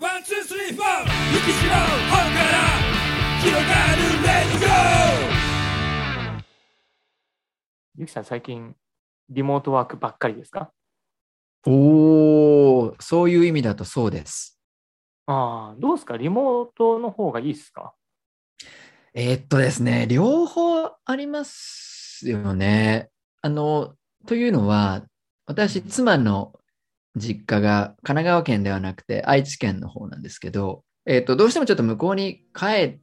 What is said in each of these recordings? ワンツースリーフォー雪白の方から広がるレディゴーゆきさん、最近、リモートワークばっかりですかおー、そういう意味だとそうです。ああ、どうですかリモートの方がいいですかえーっとですね、両方ありますよね。あの、というのは、私、妻の実家が神奈川県ではなくて愛知県の方なんですけど、えーっと、どうしてもちょっと向こうに帰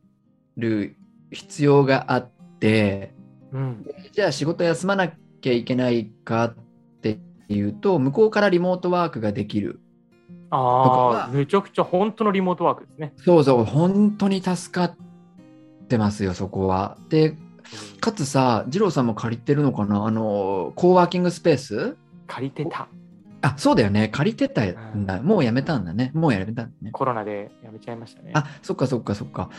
る必要があって、うん。じゃあ仕事休まなきゃいけないかっていうと、向こうからリモートワークができる僕ああは、めちゃくちゃ本当のリモートワークですね。そうそう、本当に助かってますよ、そこは。で、かつさ、二郎さんも借りてるのかなあの、コーワーキングスペース借りてた。あ、そうだよね。借りてたんだ。もうやめたんだね。もうやめたんだね。コロナでやめちゃいましたね。あ、そっかそっかそっか。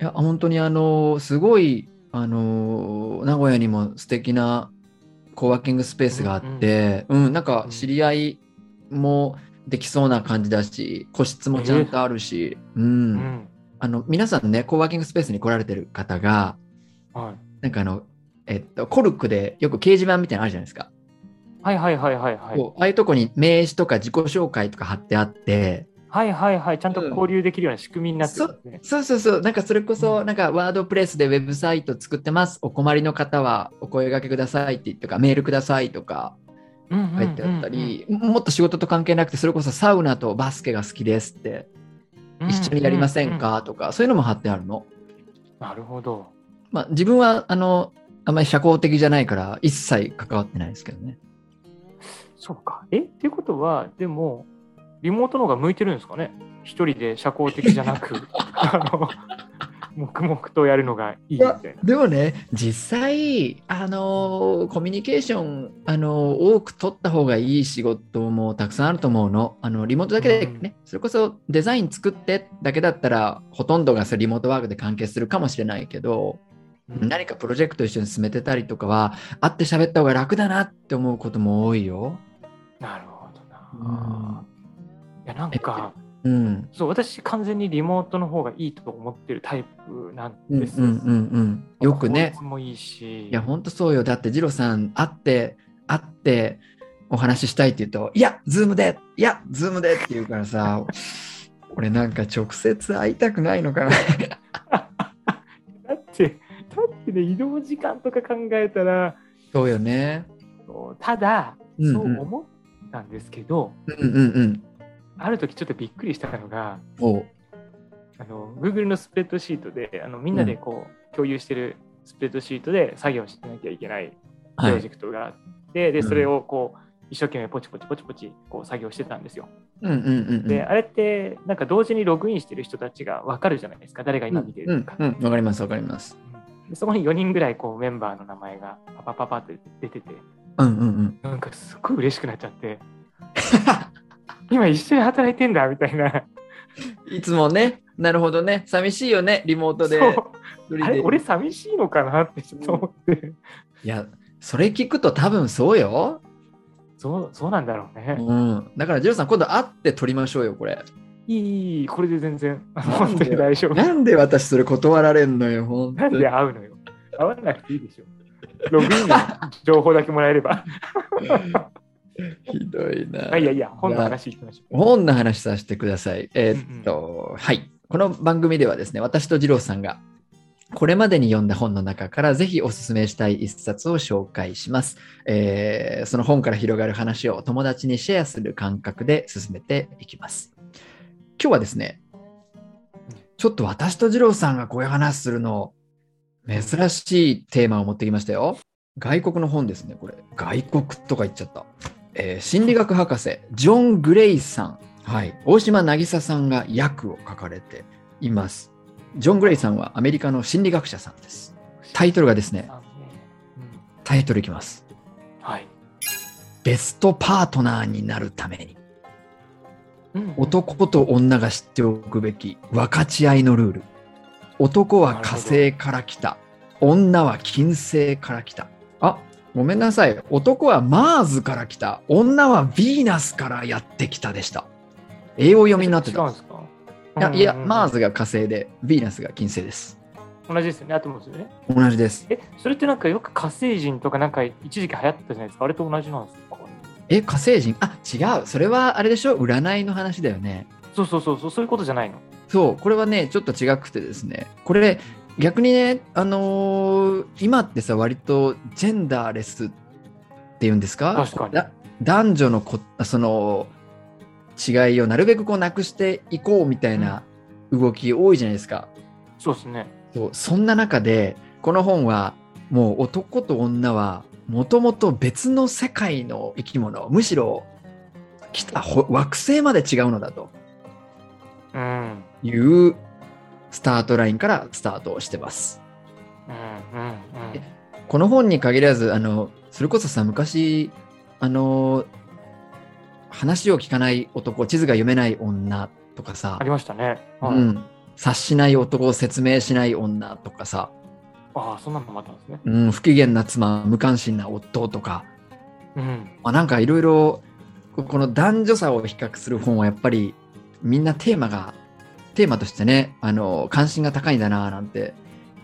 いや、本当にあの、すごい、あの、名古屋にも素敵なコーワーキングスペースがあって、うん、なんか知り合いもできそうな感じだし、個室もちゃんとあるし、ううんん。あの皆さんね、コーワーキングスペースに来られてる方が、はいなんかあの、えっと、コルクでよく掲示板みたいなのあるじゃないですか。はいはいはいはいはい。こうああいうとこに名刺とか自己紹介とか貼ってあって、はいはいはい。ちゃんとうん交流できるような仕組みになってるんですね。そうそうそう、なんかそれこうそ、んなんかワードプレスでウェブサイト作ってます、お困りの方はお声掛けくださいってとか、メールくださいとかうん書いてあった、り、もっと仕事と関係なくて、それこそサウナとバスケが好きですって、うん一緒にやりません。ううかとか、そういうのも貼ってあるの。うなるほど。まあ、自分はあのあんまり社交的じゃないから一切関わってないですけどね。そうか。えっていうことは、でも、リモートの方が向いてるんですかね一人で社交的じゃなく、あの、黙々とやるのがいいみたいな。でもね実際あのコミュニケーションあの多く取った方がいい仕事もたくさんあると思うの。あのリモートだけでね、それこそデザイン作ってだけだったらほとんどがそれリモートワークで関係するかもしれないけど、何かプロジェクト一緒に進めてたりとかは会って喋った方が楽だなって思うことも多いよ。なるほどな。いや、なんか、うん、そう、私、完全にリモートの方がいいと思ってるタイプなんうんうんうです。んうんよくね効率もいいし。いや、ほんとそうよ。だって、ジロさん、会って、会って、お話ししたいって言うと、いや、ズームでいや、ズームでって言うからさ、 俺なんか直接会いたくないのかな。 だって、だってね、移動時間とか考えたら、そうよね。そうただ、うんうんそう思ったんですけど、うんうんうん。ある時ちょっとびっくりしたのが、おう。あの Google のスプレッドシートであのみんなでこう、共有してるスプレッドシートで作業しなきゃいけないプはロい。ジェクトがあって、でうんそれをこう一生懸命ポチポチポチポチこう作業してたんですよ。うんうんうんうん。であれってなんか同時にログインしてる人たちが分かるじゃないですか誰が今見てうるんか。うん、わかりますわかります。でそこに4人ぐらいこうメンバーの名前がパパパパって出ててうんうんうん。なんかすごい嬉しくなっちゃって今一緒に働いてんだみたいな。 いつもね、なるほどね、寂しいよね、リモートで。そう一人であれ俺寂しいのかなってちょっと思って、いや、それ聞くと多分そうよ。そうそうなんだろうね。うん。だから、ジロさん、今度会って撮りましょうよ、これ。いいいい、これで全然、あのなん本当でに大丈 夫。なんで私それ断られんのよ、本な当んにで。会うのよ。会わなくていいでしょ。ログインの情報だけもらえれ ば。ひどいな。あいやいや、本の話行きましょう。本の話させてください。えーっと、はい。この番組ではですね、私と二郎さんが、これまでに読んだ本の中からぜひおすすめしたい一冊を紹介します、えーその本から広がる話を友達にシェアする感覚で進めていきます。今日はですね、ちょっと私と二郎さんがこういう話するの、珍しいテーマを持ってきましたよ。外国の本ですね、これ。外国とか言っちゃった。えー心理学博士、ジョン・グレイさん。はい。大島渚さんが訳を書かれています。ジョン・グレイさんはアメリカの心理学者さんです。タイトルがですねあのねうんタイトルいきます。はい。ベストパートナーになるために、うん男と女が知っておくべき分かち合いのルール。男は火星から来た。女は金星から来た。あ、ごめんなさい。男はマーズから来た。女はヴィーナスからやってきたでした。英語読みになって違たうん。ですかいや、いや、マーずズが火星で、ヴィーナスが金星です。同じですよね、あってますよね。同じです。え、それってなんかよく火星人とかなんか一時期流行ったじゃないですか。あれと同じなんですかえ、火星人あ、違う。それはあれでしょ占いの話だよね。そうそうそうそう、そういうことじゃないの。そう、これはね、ちょっと違くてですね、これ、逆にね、あのー今ってさ、割とジェンダーレスっていうんですか、確かにだ男女のこその違いをなるべくこうなくしていこうみたいな動き多いじゃないですか。そうですね。そうそんな中で、この本は、もう男と女は、もともと別の世界の生き物、むしろ来たほ惑星まで違うのだと。うん。いうスタートラインからスタートをしてます。うんうんうん。この本に限らず、あの、それこそさ、昔、あの、話を聞かない男、地図が読めない女とかさあ、りましたね。はいうん、察しない男を説明しない女とかさ、ああ、そんなのもあったんですね。うん、不機嫌な妻、無関心な夫とか、うん。まあ、なんかいろいろ、ここの男女差を比較する本はやっぱりみんなテーマが、テーマとしてね、あの、関心が高いんだなぁなんて、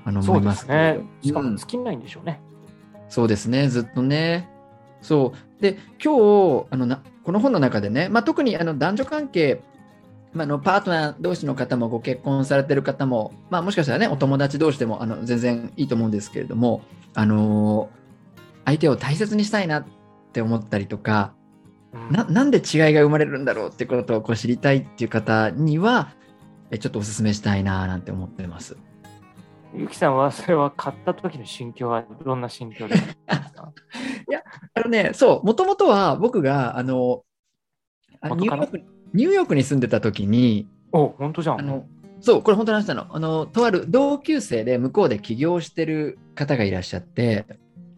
あの、そ思いうでますすけれねど。しかうもん尽きないんでしょうね。そうですね、ずっとね。そう。で、今日、あのなこの本の中でね、まあ、特にあの男女関係、まあ、あのパートナー同士の方もご結婚されてる方も、まあ、もしかしたらね、お友達同士でもあの全然いいと思うんですけれども、あのー相手を大切にしたいなって思ったりとか、うんななんで違いが生まれるんだろうってことをこう知りたいっていう方には、えちょっとお勧めしたいななんて思ってます。ゆきさんはそれは買った時の心境はどんな心境ですかあのね、そう、もともとは僕が、あの、あニ元ューカヨノークニューヨークに住んでた時に、お本当じゃあん。の、そう、これ本当の話なの。あの、とある同級生で向こうで起業してる方がいらっしゃって、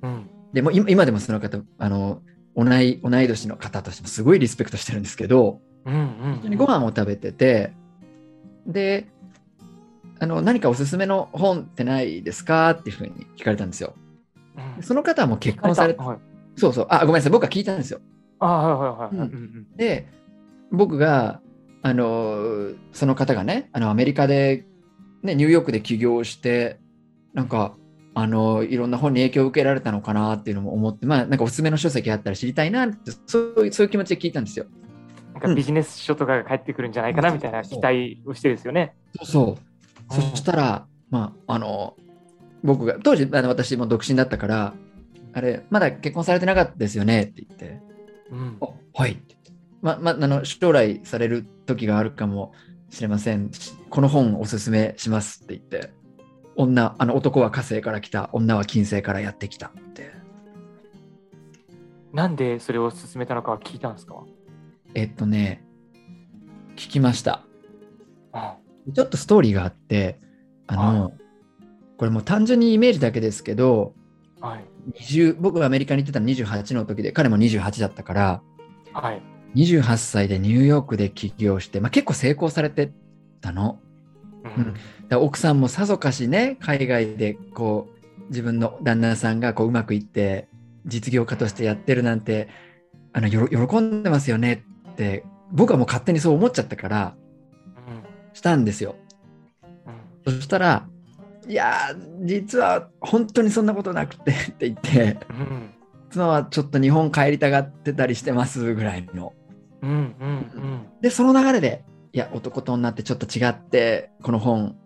うん。でも今今でもその方、あの、同い同い年の方としてもすごいリスペクトしてるんですけど、うんうん本当にご飯を食べてて、で、あの、何かおすすめの本ってないですかっていうふうに聞かれたんですよ。うんその方はもう結婚されて、はいそうそう、あ、ごめんなさい、僕は聞いたんですよ。ああはいはいはい。うんうんで僕があのその方がねあのアメリカで、ね、ニューヨークで起業してなんかあのいろんな本に影響を受けられたのかなっていうのも思ってまあなんかおすすめの書籍あったら知りたいなってそういうそういう気持ちで聞いたんですよ。うんなんかビジネス書とかが返ってくるんじゃないかなみたいな期待をしてですよね。そうそしたら、まあ、あの僕が当時あの私も独身だったからあれまだ結婚されてなかったですよねって言って。うんあはい。ま、ま、あの、将来される時があるかもしれません。この本おすすめしますって言って、女、あの、男は火星から来た、女は金星からやってきたって。なんでそれを勧めたのかは聞いたんですかえっとね、聞きました。あちょっとストーリーがあって、あの、これもう単純にイメージだけですけど、はい。 20僕がアメリカに行ってたの28の時で、彼も28だったから、はい。 28歳でニューヨークで起業して、まあ、結構成功されてたの。うんだから奥さんもさぞかしね海外でこう自分の旦那さんがこううまくいって実業家としてやってるなんてあのよろ喜んでますよねって僕はもう勝手にそう思っちゃったからうんしたんですようんそしたら「いやー実は本当にそんなことなくて」 って言ってうん「妻はちょっと日本帰りたがってたりしてます」ぐらいのうんうんでその流れで「いや男と女ってちょっと違ってこの本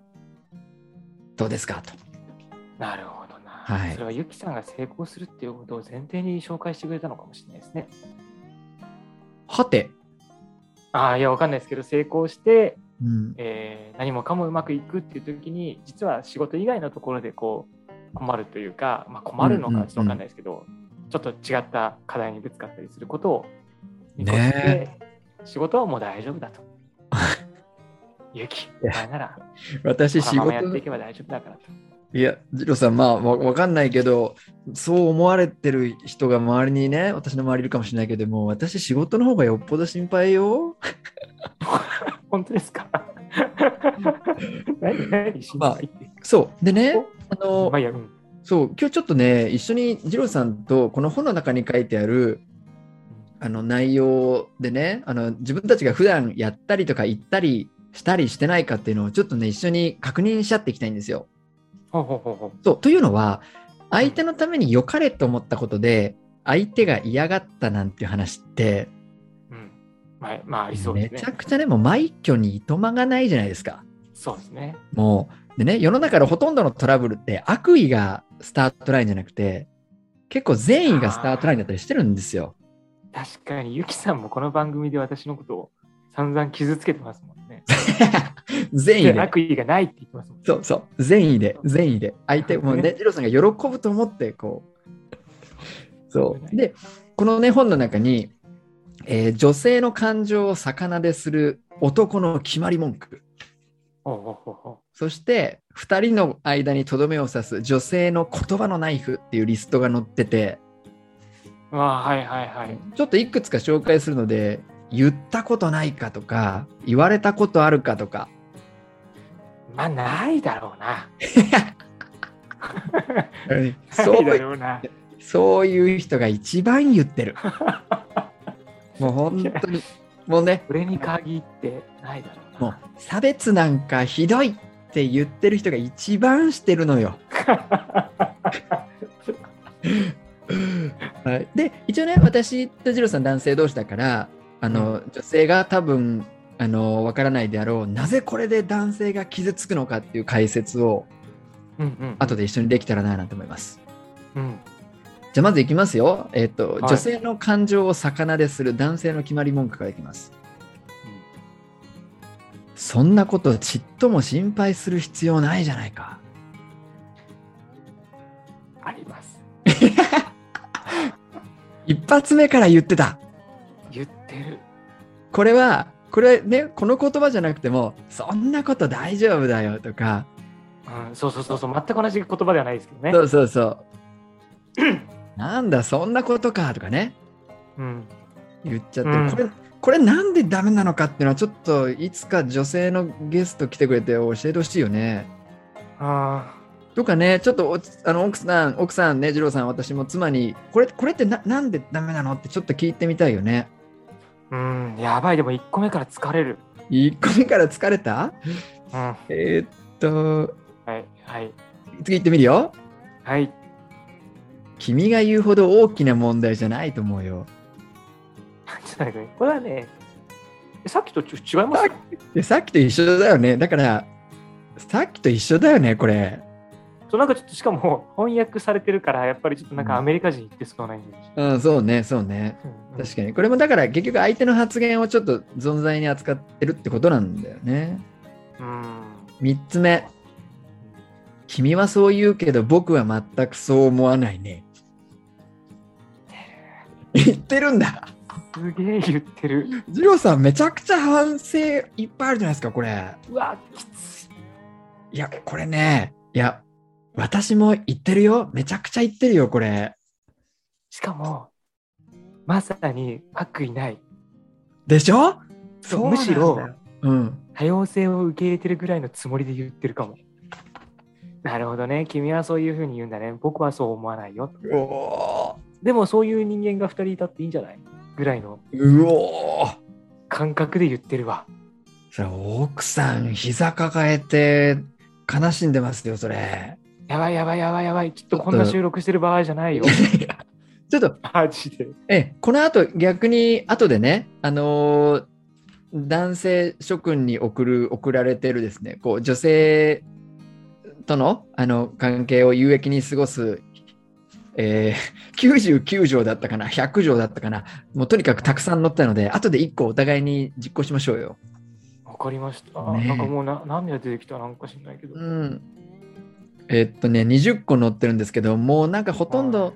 どうですか?」と。うんなるほどな。はいそれはゆきさんが成功するっていうことを前提に紹介してくれたのかもしれないですね。はて、ああ、いや、わかんないですけど、成功して、うん、えー何もかもうまくいくっていう時に、実は仕事以外のところでこう困るというか、まあ、困るのうんうんうかんちょっとわかんないですけど、ちょっと違った課題にぶつかったりすることを見越して、ね仕事はもう大丈夫 だと。ゆき、お前なら、私こ仕のま事まやっていけば大丈夫だからと。いやジローさんまあわわかんないけどそう思われてる人が周りにね私の周りいるかもしれないけども私仕事の方がよっぽど心配よ本当ですか 何何心まあ配って。そうでねあの、まあいいや、うん。そう今日ちょっとね一緒にジローさんとこの本の中に書いてあるあの内容でねあの自分たちが普段やったりとか言ったりしたりしてないかっていうのをちょっとね、一緒に確認し合っていきたいんですよ。ほうほうほうほう。そうというのは、相手のために良かれと思ったことで、相手が嫌がったなんていう話って、うん。まあ、まあ、ありそうでめすねち。ゃくちゃでも枚挙にいとまがないじゃないですか。そうですね。もう、でね、世の中のほとんどのトラブルって悪意がスタートラインじゃなくて、結構善意がスタートラインだったりしてるんですよ。確かに、ゆきさんもこの番組で私のことを散々傷つけてますもんね。善意でで。悪意がないって言ってますもんね。そうそう。善意で、善意で。相手もうね、ねジローさんが喜ぶと思って、こ う。そう。で、このね、本の中に、えー女性の感情を逆なでする男の決まり文句。ほうほうほうほそして、二人の間にとどめを刺す女性の言葉のナイフっていうリストが載ってて、う。わあ、はいはいはい。ちょっといくつか紹介するので、言ったことないかとか、言われたことあるかとか、まあ、ないだろうな。そないだうろうな。そういう人が一番言ってる。もう本当に、もうね、俺に限ってないだろうもうな。差別なんかひどいって言ってる人が一番してるのよ。はい、で一応ね私と次郎さん男性同士だからあの、女性が多分あの分からないであろうなぜこれで男性が傷つくのかっていう解説を うんうん。後で一緒にできたらななんて思います。うん。じゃあまずいきますよ。えっ、と、い女性の感情を逆なでする男性の決まり文句からいきます。そんなことちっとも心配する必要ないじゃないか。あります。一発目から言ってた。言ってる。これは、これね、この言葉じゃなくても、そんなこと大丈夫だよとか、うん、そうそうそうそう、全く同じ言葉ではないですけどねそ。うそうそう。 なんだ、そんなことかとかね、うん。言っちゃってうんる。これ、これなんでダメなのかっていうのは、ちょっといつか女性のゲスト来てくれて教えてほしいよね。あとかね、ちょっとおあの奥さん、奥さんね、次郎さん、私も妻に、これこれってななんでダメなのってちょっと聞いてみたいよね。あ。うん、やばい、でも1個目から疲れる。 1個目から疲れたうん。はえーっと、い、はい。次行ってみるよ。はい。君が言うほど大きな問題じゃないと思うよ。ちょっと待ってくださいこれはね、さっきとちょ違いますさっきでさっきと一緒だよね。だから、さっきと一緒だよね、これ。そうなんかちょっとしかも 翻訳されてるから、やっぱりちょっとなんうかんアメリカ人言ってそうなイメージ。うん、そうね、そうね。うん確かに。これもだから結局相手の発言をちょっと存在に扱ってるってことなんだよね。うん。 3つ目。君はそう言うけど僕は全くそう思わないね。言ってるんだ。すげえ言ってる。ジローさんめちゃくちゃ反省いっぱいあるじゃないですか、これ。うわ、きつい。いや、これね、いや、私も言ってるよ。めちゃくちゃ言ってるよ、これ。しかも、まさに悪意ない。でしょそうなんだよむしろうん。多様性を受け入れてるぐらいのつもりで言ってるかも。なるほどね。君はそういうふうに言うんだね。僕はそう思わないよ。うおでもそういう人間が2人いたっていいんじゃないぐらいのーうおー感覚で言ってるわ。それ奥さん、膝抱えて悲しんでますよ、それ。 やばいやばいやばいやばい。ちょっとこんな収録してる場合じゃない よ。ちょっと、マジで。え、この後逆に、後でね、あのー男性諸君に送る、送られてるですね、こう、女性との、あの、関係を有益に過ごす、えー、99条だ ったかな、100条だったかな、もうとにかくたくさん載ったので、後で1個お互いに実行しましょうよ。わかりました。ねえなんかもうな涙出てきたなんか知んないけど。うん。えっとね、20個載ってるんですけど、もうなんかほとんはど、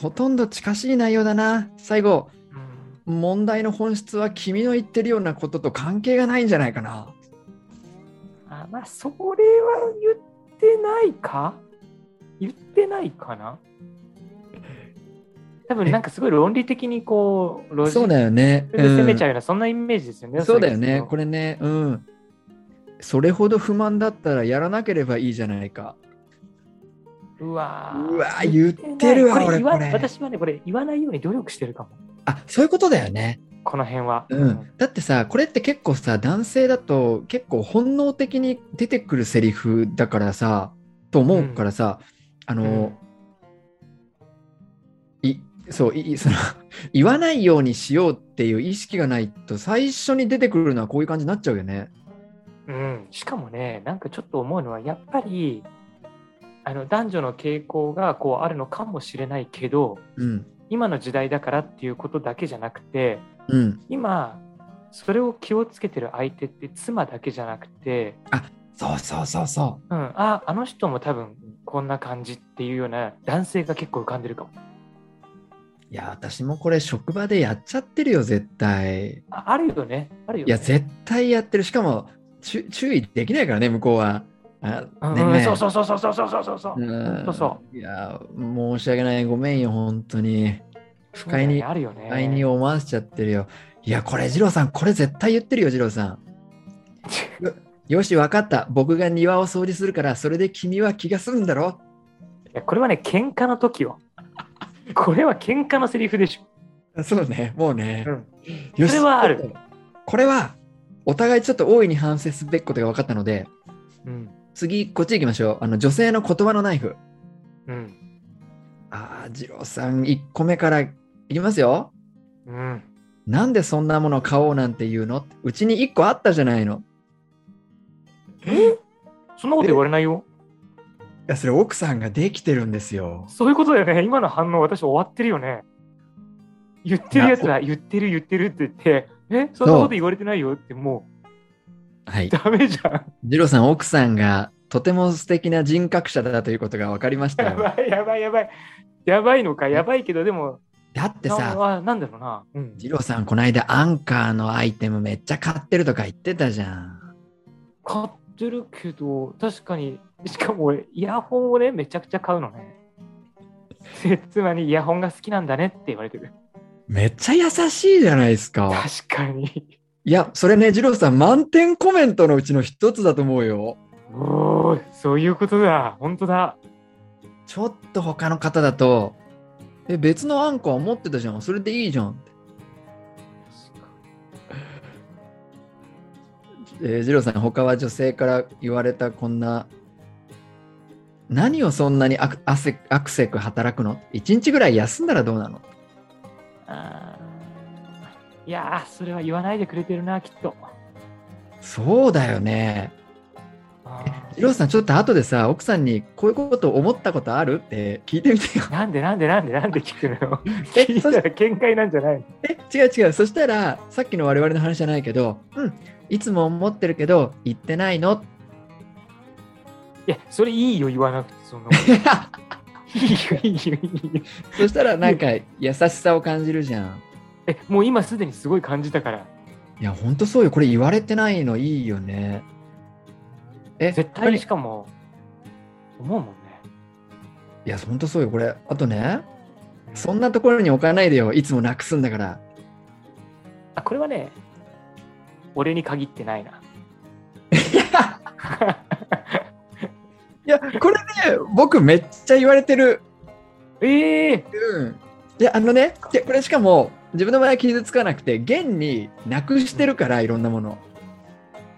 ほとんど近しい内容だな。最後、うん問題の本質は君の言ってるようなことと関係がないんじゃないかな。あまあ、それは言ってないか言ってないかな多分なんかすごい論理的にこう、ロジそうッだよね。クで攻めちゃううような、そんなイメージですよね。んそうだよね。そこれれね、うん。それほど不満だったらやらなければいいじゃないか。うわーうわー言ってるわ言ってない俺これ言わ私はね、これ言わないように努力してるかも。あ、そういうことだよね。この辺は。うん、だってさこれって結構さ男性だと結構本能的に出てくるセリフだからさと思うからさ、あうのん、いそうい いその言わないようにしようっていう意識がないと最初に出てくるのはこういう感じになっちゃうよね。うん、しかもねなんかちょっと思うのはやっぱりあの男女の傾向がこうあるのかもしれないけどうん今の時代だからっていうことだけじゃなくてうん、今それを気をつけてる相手って妻だけじゃなくて、そうそうそうそうん、ああの人も多分こんな感じっていうような男性が結構浮かんでるかも。う。いや私もこれ職場でやっちゃってるよ絶対。ああるよねあるよいね。や絶対やってるしかもちゅ注意できないからね向こうは。あうんねえうんねえそうそうそうそうそうそうそうそう。うんそうそいや申し訳ないごめんよ本当に不そうだ快よに、ねあるよね。不快に思わせちゃってるよいやこれ二郎さんこれ絶対言ってるよ二郎さんよよし分かった僕が庭を掃除するからそれで君は気が済むんだろいやこれはね喧嘩の時よ。これは喧嘩のセリフでしょ。そうねもうね、うんよしそれはあるちょっとこれはお互いちょっと大いに反省すべきことが分かったのでうん次こっち行きましょうあの女性の言葉のナイフうんああ二郎さん1個目からいきますようんなんでそんなもの買おうなんて言うのうちに1個あったじゃないの。そんなこと言われないよ。いや、それ奥さんができてるんですよ。そういうことだよね。今の反応、私終わってるよね。言ってるやつは言ってる言ってるって言って、え、そんなこと言われてないよってもはい。うダメ じゃん。ジロさん、奥さんがとても素敵な人格者だということが分かりましたやよ。ばいやばいやばい。やばいのか、やばいけど、でも、だってなさ、あなんだろうな。うん、ジロさん、この間アンカーのアイテムめっちゃ買ってるとか言ってたじゃん。買ってるけど、確かに、しかも俺、イヤホンをね、めちゃくちゃ買うのね。妻にイヤホンが好きなんだねって言われてる。めっちゃ優しいじゃないですか。確かに。いや、それね、ジロさん、満点コメントのうちの一つだと思うよ。おー、そういうことだ。本当だ。ちょっと他の方だと、え、別のアンカー持ってたじゃん。それでいいじゃん。えー、ジローさん、他は女性から言われたこんな、何をそんなにあく汗アクセク働くの一日ぐらい休んだらどうなのあーいやー、それは言わないでくれてるな、きっと。そうだよね。あジローさん、ちょっと後でさ、奥さんにこういうこと思ったことあるって聞いてみてよ。ーなんでなんでなんでなんで聞くのよ。 え聞いたそら見解なんじゃないのえ、違う違う。そしたら、さっきの我々の話じゃないけど、うん、いつも思ってるけど、言ってないの いや、それいいよ、言わなくて、その。いいよ、いいよ、いいよ。そしたら、なんか優しさを感じるじゃん。え、もう今すでにすごい感じたから、いや、ほんとそうよ。これ言われてないのいいよね。え、絶対にしかも、思うもんね。いや、ほんとそうよ、これ。あとね、うそんなところに置かないでよ、いつもなくすんだから。あ、これはね、俺に限ってないな。いや、これね、僕めっちゃ言われてる。ええうん。いや、あのね、でこれしかも、自分の場合は傷つかなくて、現になくしてるから、いろんなもの。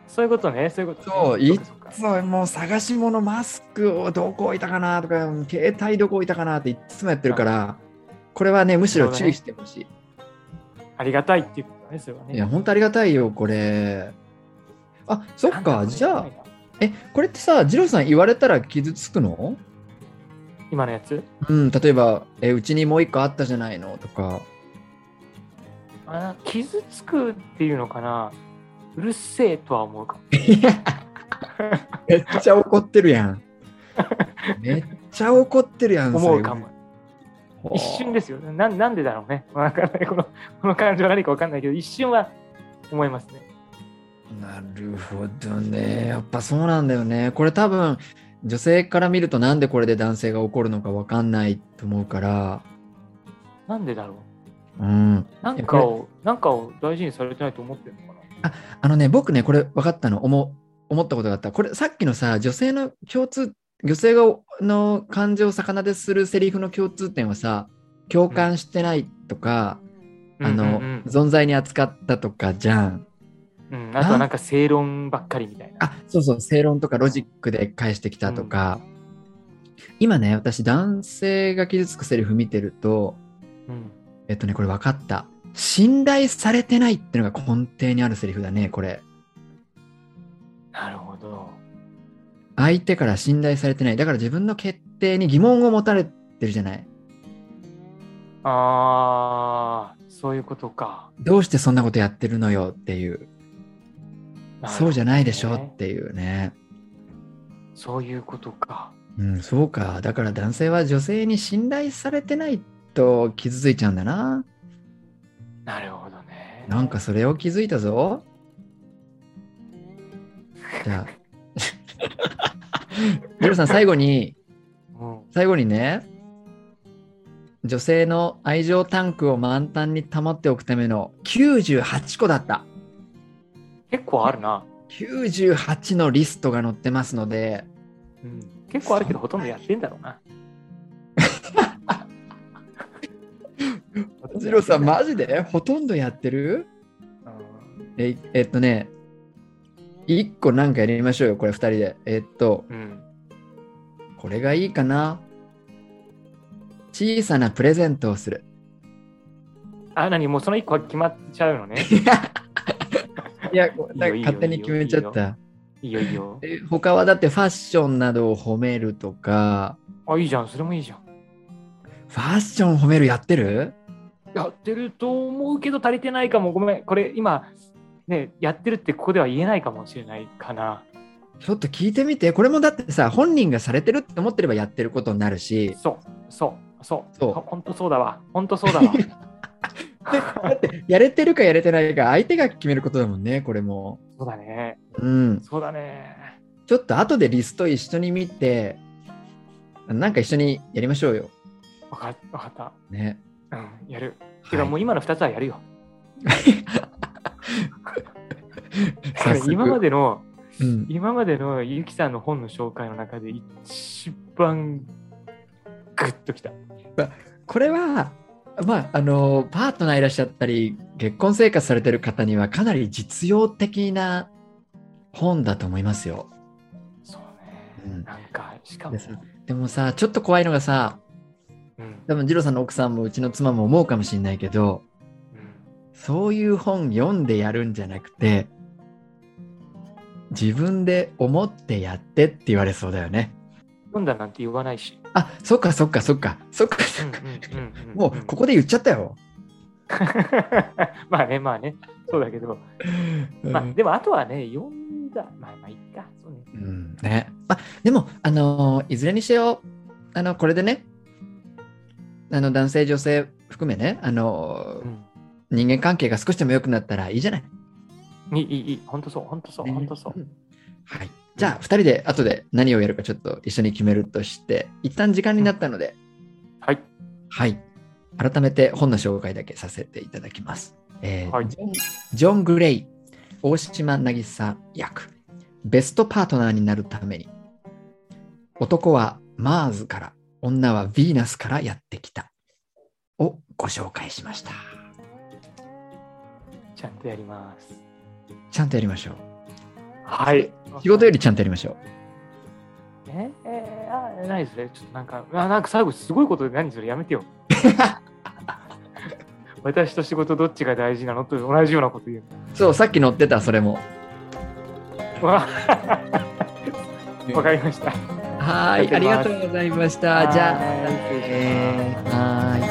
そういうことね、そういうことね、そういっかそっかそう、もう探し物、マスクをどこ置いたかなとか、携帯どこ置いたかなっていっつもやってるから、これはね、むしろ注意してほしい。ありがたいっていうことですよね。いや、本当ありがたいよ、これ。あ、そっなか、んだじゃこあれ、え、これってさ、ジローさん言われたら傷つくの今のやつうん、例えば、え、うちにもう一個あったじゃないのとか。あ傷つくっていうのかなうるせえとは思うかもめっちゃ怒ってる やん。めっちゃ怒ってるやん。思うかもそれ一瞬ですよななんでだろうね わかんないこのこの感情は何かわかんないけど一瞬は思いますねなるほどね。やっぱそうなんだよね。これ多分、女性から見るとなんでこれで男性が怒るのかわかんないと思うから。なんでだろうん。うなんかをなんかを大事にされてないと思ってるのかなあのね、僕ね、これ分かったの、思思ったことがあった。これ、さっきのさ、女性の共通、女性がの感情を逆なでするセリフの共通点はさ、共感してないとか、あの、うんうんうん存在に扱ったとかじゃん。うん、あとはなんか正論ばっかりみたいな。あそうそう正論とかロジックで返してきたとか、今ね私男性が傷つくセリフ見てるとうん、えっとねこれ分かった信頼されてないってのが根底にあるセリフだねこれなるほど。相手から信頼されてないだから自分の決定に疑問を持たれてるじゃないああ、そういうことか。どうしてそんなことやってるのよっていうそうじゃないでしょなるほっどねていうねそういうことか。うんそうかだから男性は女性に信頼されてないと傷ついちゃうんだななるほどね。なんかそれを気づいたぞ。じ ゃあ、ジロさん、最後に、うん、最後にね、女性の愛情タンクを満タンに保っておくための98個だった。結構あるな。 98のリストが載ってますので、うん、結構あるけど、ほとんどやってんだろうな。 ジロさん、マジでほとんどやってるうんええっとね、1個なんかやりましょうよ、これ2人で。えっと、うん。これがいいかな。小さなプレゼントをする。あ、なに、もうその一個は決まっちゃうのね。 いや、いよいいよ勝手に決めちゃった。いいよいい よ。え他はだってファッションなどを褒めるとか、あ、いいじゃん、それもいいじゃん。ファッション褒めるやってるやってると思うけど足りてないかも。ごめん、これ今、ね、やってるってここでは言えないかもしれないかな。ちょっと聞いてみて。これもだってさ、本人がされてるって思ってればやってることになるし、そう、そう、そう。そうほほんとそうだわ。ほんとそうだ わ。だってやれてるかやれてないか相手が決めることだもんね、これも。そうだね。うん。そうだね。ちょっと後でリスト一緒に見て、なんか一緒にやりましょうよ。わかわかった。ね。うん、やる。はいけど、もう今の2つはやるよ。早速今までの、うん、今までのゆきさんの本の紹介の中で一番グッときた。これは、まあ、あのパートナーいらっしゃったり結婚生活されてる方にはかなり実用的な本だと思いますよそううねん。なんか、しかもで、さでもさちょっと怖いのがさうん。多分二郎さんの奥さんもうちの妻も思うかもしれないけどうんそういう本読んでやるんじゃなくて自分で思ってやってって言われそうだよね読んだなんて言わないし。あそっかそっかそっかそっかうそっんかうんうんうんうんもうここで言っちゃったよ、 まあね、まあね。そうだけど。うんまあ、でも、あとはね、読んだ。まあまあ、いっか。そうね。うんねまあ、でも、あのーいずれにせよあのこれでねあの男性女性含めね、あのーうん。人間関係が少しでも良くなったらいいじゃない。いい、いいいい、ほんとそう、ほんとそう、ねほんとそう。んはい、じゃあ2人で後で何をやるかちょっと一緒に決めるとして一旦時間になったので、はい。はい、改めて本の紹介だけさせていただきます。えーはいジョンジョン・グレイ大島渚役ベストパートナーになるために男はマーズから女はヴィーナスからやってきたをご紹介しましたちゃんとやります。ちゃんとやりましょうはい。仕事よりちゃんとやりましょええー、あ、ないですね。ちょっとなんか、あなんか最後すごいことで何それやめてよ。私と仕事どっちが大事なのと同じようなこと言ううそうさっき乗ってたそれもの。わわかりました。はーいありがとうございましたじゃあはい失礼しますえーはーい